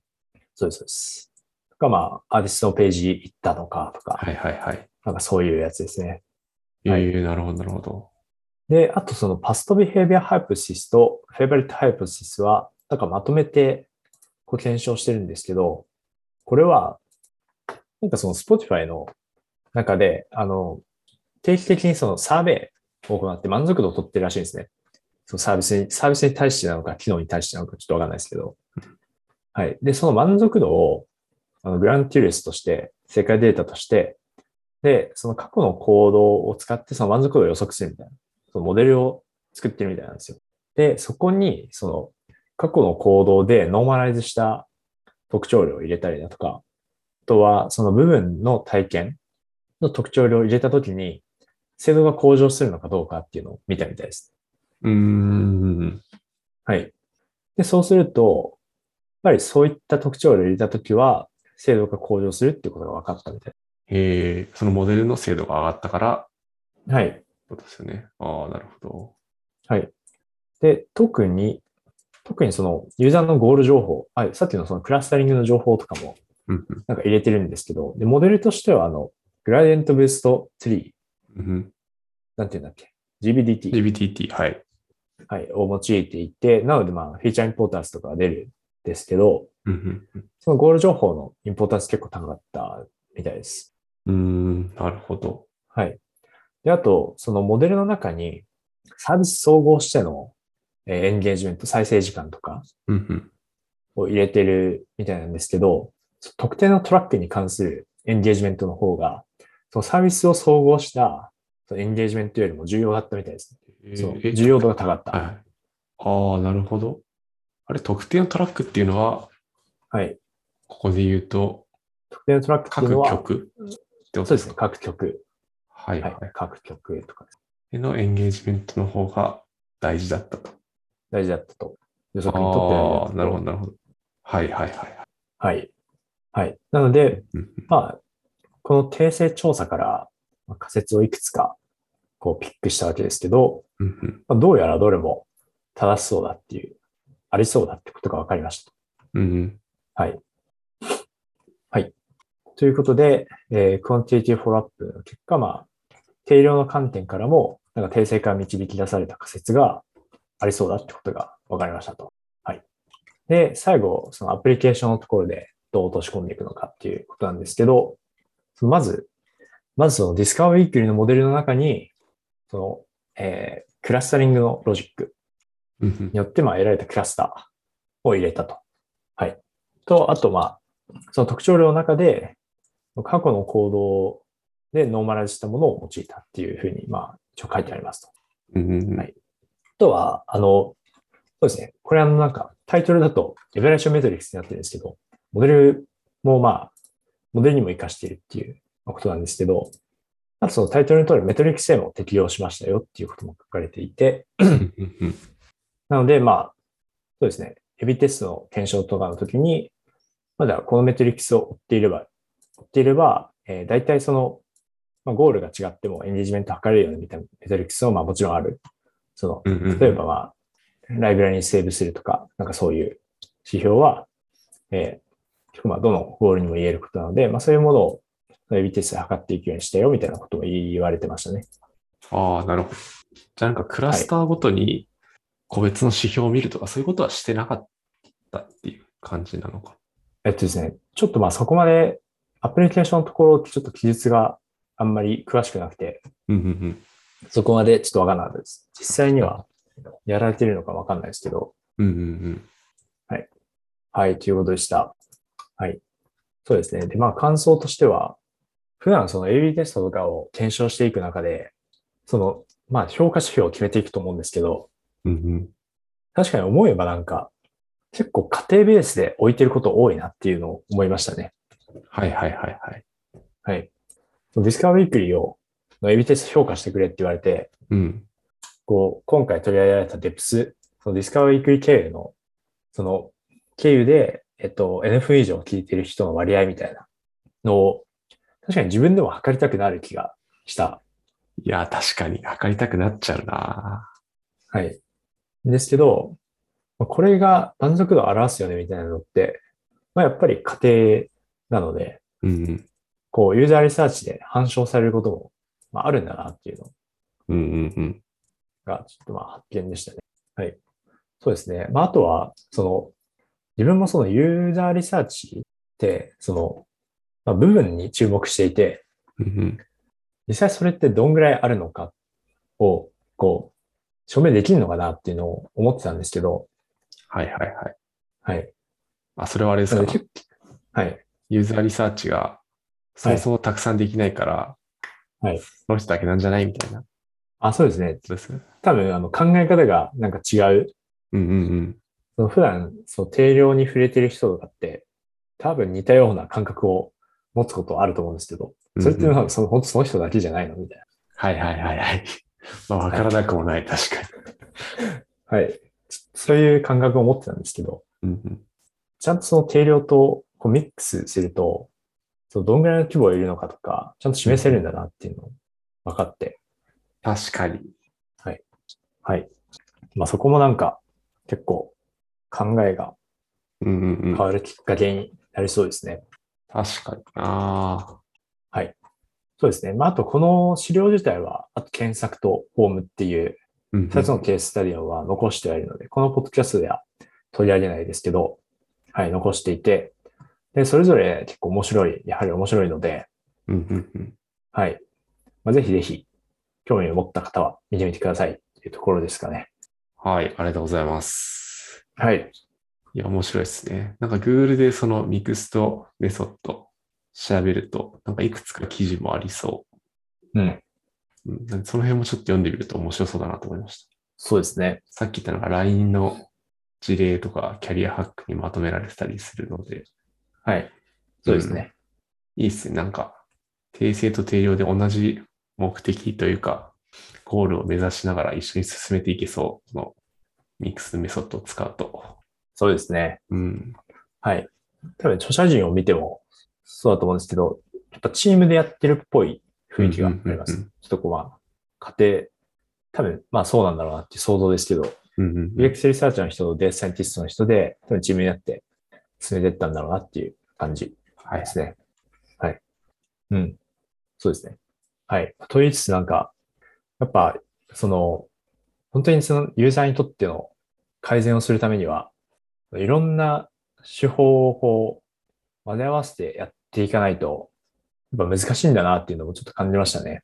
そうです、そうです。とか、まあ、アーティストのページ行ったとか、とか、はいはいはい。なんかそういうやつですね。ええはいなるほどなるほど。で、あとそのパストビヘイビアハイプシスとフェイバリットハイプシスは、なんかまとめてこう検証してるんですけど、これは、なんかその Spotify の中で、あの、定期的にそのサーベイを行って満足度を取ってるらしいんですね。そのサービスに、サービスに対してなのか、機能に対してなのか、ちょっとわかんないですけど。はい。で、その満足度を、あの、グランティリスとして、正解データとして、で、その過去の行動を使って、その満足度を予測するみたいな。そのモデルを作ってるみたいなんですよ。で、そこに、その、過去の行動でノーマライズした特徴量を入れたりだとか、あとは、その部分の体験の特徴量を入れたときに、精度が向上するのかどうかっていうのを見たみたいです。うーん。はい。で、そうすると、やっぱりそういった特徴量を入れたときは、精度が向上するっていうことが分かったみたいええそのモデルの精度が上がったから、はい。ことですよね。ああ、なるほど。で、特に、特にそのユーザーのゴール情報、あさっきのそのクラスタリングの情報とかもうんうんなんか入れてるんですけど、で、モデルとしてはあの、グラディエントブースト3、うんなんていうんだっけ、GBDT。 GBTT、はい。はい、を用いていて、なのでまあ、フィーチャーインポータンスとかが出るんですけど、うんそのゴール情報のインポータンス結構高かったみたいです。うん、うーんなるほど。はい。で、あと、そのモデルの中に、サービス総合してのえーエンゲージメント、再生時間とかうんうんを入れてるみたいなんですけど、特定のトラックに関するエンゲージメントの方が、そのサービスを総合したそのエンゲージメントよりも重要だったみたいです。そう、えー重要度が高かった。はい。ああ、なるほど。あれ、特定のトラックっていうのは、はい。ここで言うと、特定のトラックっていう各のは、曲ってことそうでですすね、か各局。はいははいい。、各局とかへのエンゲージメントの方が大事だったと。大事だったと。予測にとっては大事あだったあ、となるほど、なるほど。はいはいはい。はい。はい。なので、うんまあ、この訂正調査からまあ仮説をいくつかこうピックしたわけですけど、うんうんまあ、どうやらどれも正しそうだっていう、ありそうだってことが分かりました。うんはい。はい。ということで、えー、クオンティティフォローアップの結果、まあ、定量の観点からも、なんか訂正から導き出された仮説がありそうだってことが分かりましたと。はい。で、最後、そのアプリケーションのところでどう落とし込んでいくのかっていうことなんですけど、そのまず、まずそのディスカバーウィークリーのモデルの中に、その、えークラスタリングのロジックうんうんによって、まあ、得られたクラスターを入れたと。はい。と、あと、まあ、その特徴量の中で、過去の行動でノーマライズしたものを用いたっていうふうに、まあ、一応書いてありますと。うんうんはいあとは、あの、そうですね。これ、あの、なんか、タイトルだと、エベレーションメトリックスになってるんですけど、モデルも、まあ、モデルにも活かしているっていうことなんですけど、あとそのタイトルの通り、メトリックスへも適用しましたよっていうことも書かれていて、うんうんうんなので、まあ、そうですね。ヘビーテストの検証とかの時に、まだこのメトリックスを追っていれば、追っていれば、えー大体その、まあ、ゴールが違ってもエンゲージメント測れるようにみたいなメトリックスも、まあもちろんある。そうんうの、ん例えばまあ、ライブラリにセーブするとか、なんかそういう指標は、えー結構まあどのゴールにも言えることなので、まあそういうものを、ヘビーテストで測っていくようにしたよみたいなことを言われてましたね。ああ、なるほど。じゃあなんかクラスターごとに個別の指標を見るとか、そういうことはしてなかったっていう感じなのか。えっとですね、ちょっとまあそこまでアプリケーションのところってちょっと記述があんまり詳しくなくて、うんうんうんそこまでちょっとわかんなかったです。実際にはやられてるのかわかんないですけど、うんうんはい、ということでした。はい。そうですね。で、まあ感想としては、普段その AB テストとかを検証していく中で、その、まあ評価指標を決めていくと思うんですけど、うんうん確かに思えばなんか、結構家庭ベースで置いてること多いなっていうのを思いましたね。うん。はいはいはいはい。はい。ディスカバーウィークリーを、のエビテスト評価してくれって言われて、うん。こう、今回取り上げられたデプス、そのディスカバーウィークリー経由の、その、経由で、えっと、NF 以上聞いてる人の割合みたいなのを、確かに自分でも測りたくなる気がした。いや、確かに測りたくなっちゃうな。はい。ですけど、まあこれが満足度を表すよねみたいなのって、まあ、やっぱり家庭なので、うんうんこう、ユーザーリサーチで反証されることも、まあ、あるんだなっていうのをうんうんうん。が、ちょっとまあ発見でしたね。はい。そうですね。まあ、あとは、その、自分もそのユーザーリサーチって、その、まあ、部分に注目していて、うんうん実際それってどんぐらいあるのかを、こう、証明できるのかなっていうのを思ってたんですけど、はいはいはい。はい。あ、それはあれですなかので結構はい。ユーザーリサーチがそもそもたくさんできないから、はいその人だけなんじゃないみたいなこあ、そうですね。とですね。多分、あの、考え方がなんか違う。うんうんうん。その普段、その定量に触れてる人とかって、多分似たような感覚を持つことあると思うんですけど、それっていううんのうんは、その、本当その人だけじゃないのみたいはいはいはいはい。 まあ、わからなくもない、確かな。はい。ちそういう感覚を持ってたんですけど、に。うんうんちゃんとその定量とこうミックスすると、そのどんぐらいの規模をいるのかとか、ちゃんと示せるんだなっていうのを分かって、確かに。はい。まあそこもなんか結構考えがうんうんう変ん。わるきっかけになりそうですね。確かにな。そうですね。まあ、あとこの資料自体は、あと検索とフォームっていううんうん2つのケーススタディオは残してはいるので、このポッドキャストでは取り上げないですけど、はい、残していて、で、それぞれ結構面白い、やはり面白いので、うんうんうん。はい。まあ、ぜひぜひ、興味を持った方は見てみてくださいっていうところですかね。はい、ありがとうございます。はい。いや、面白いですね。なんか Google でそのミクストメソッド調べると、なんかいくつか記事もありそうん。う。うんなんでその辺もちょっと読んでみると面白そうだなと思いましそうですね。た。さっき言ったのが LINE の事例とかキャリアハックにまとめられてたりするので、はい。そうですね。いいですね。なんか、訂正と定量で同じ目的というか、ゴールを目指しながら一緒に進めていけそう。このミクスメソッドを使うと。そうですね。うん。はい。多分、著者陣を見ても、そうだと思うんですけど、やっぱチームでやってるっぽい雰囲気があります。うんうんうんうんちょっとこう、まあ、家庭、多分、まあそうなんだろうなっていう想像ですけど、うんうんうん UX リサーチの人とデータサイエンティストの人で、多分チームになって進めていったんだろうなっていう感じはいで。すね。はい。うん。そうですね。はい。と言いつつなんか、やっぱ、その、本当にそのユーザーにとっての改善をするためには、いろんな手法をこう、混ぜ合わせてやっていかないと、やっぱ難しいんだなっていうのもちょっと感じましたね。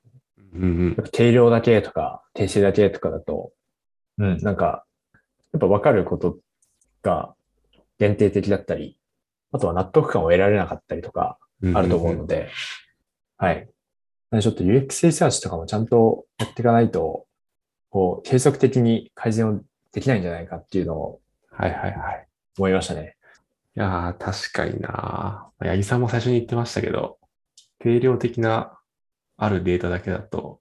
うんうんやっぱ定量だけとか、定性だけとかだと、うん、なんか、やっぱ分かることが限定的だったり、あとは納得感を得られなかったりとか、うん。あると思うので、はい。なんでちょっと UX リサーチとかもちゃんとやっていかないと、こう、継続的に改善をできないんじゃないかっていうのをはいはいはい。思いましたね。いやー、確かにな。八木さんも最初に言ってましたけど、定量的なあるデータだけだと、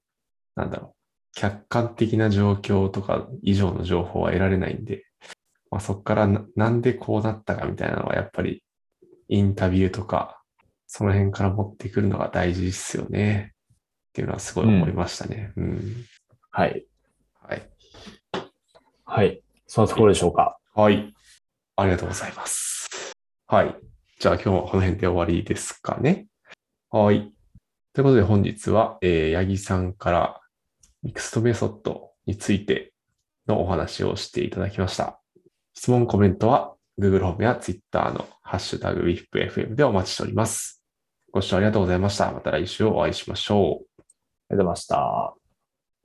なんだろう、客観的な状況とか以上の情報は得られないんで、まあ、そこからな、なんでこうなったかみたいなのは、やっぱりインタビューとか、その辺から持ってくるのが大事ですよね。っていうのはすごい思いましたね。うん。はい。はい。はい。そのところでしょうか。はい。ありがとうございます。はい。じゃあ今日はこの辺で終わりですかね。はい。ということで本日は、えー、八木さんからミクストメソッドについてのお話をしていただきました。質問、コメントは Google ホームや Twitter のハッシュタグ WIFFM でお待ちしております。ご視聴ありがとうございました。また来週お会いしましょう。ありがとうございました。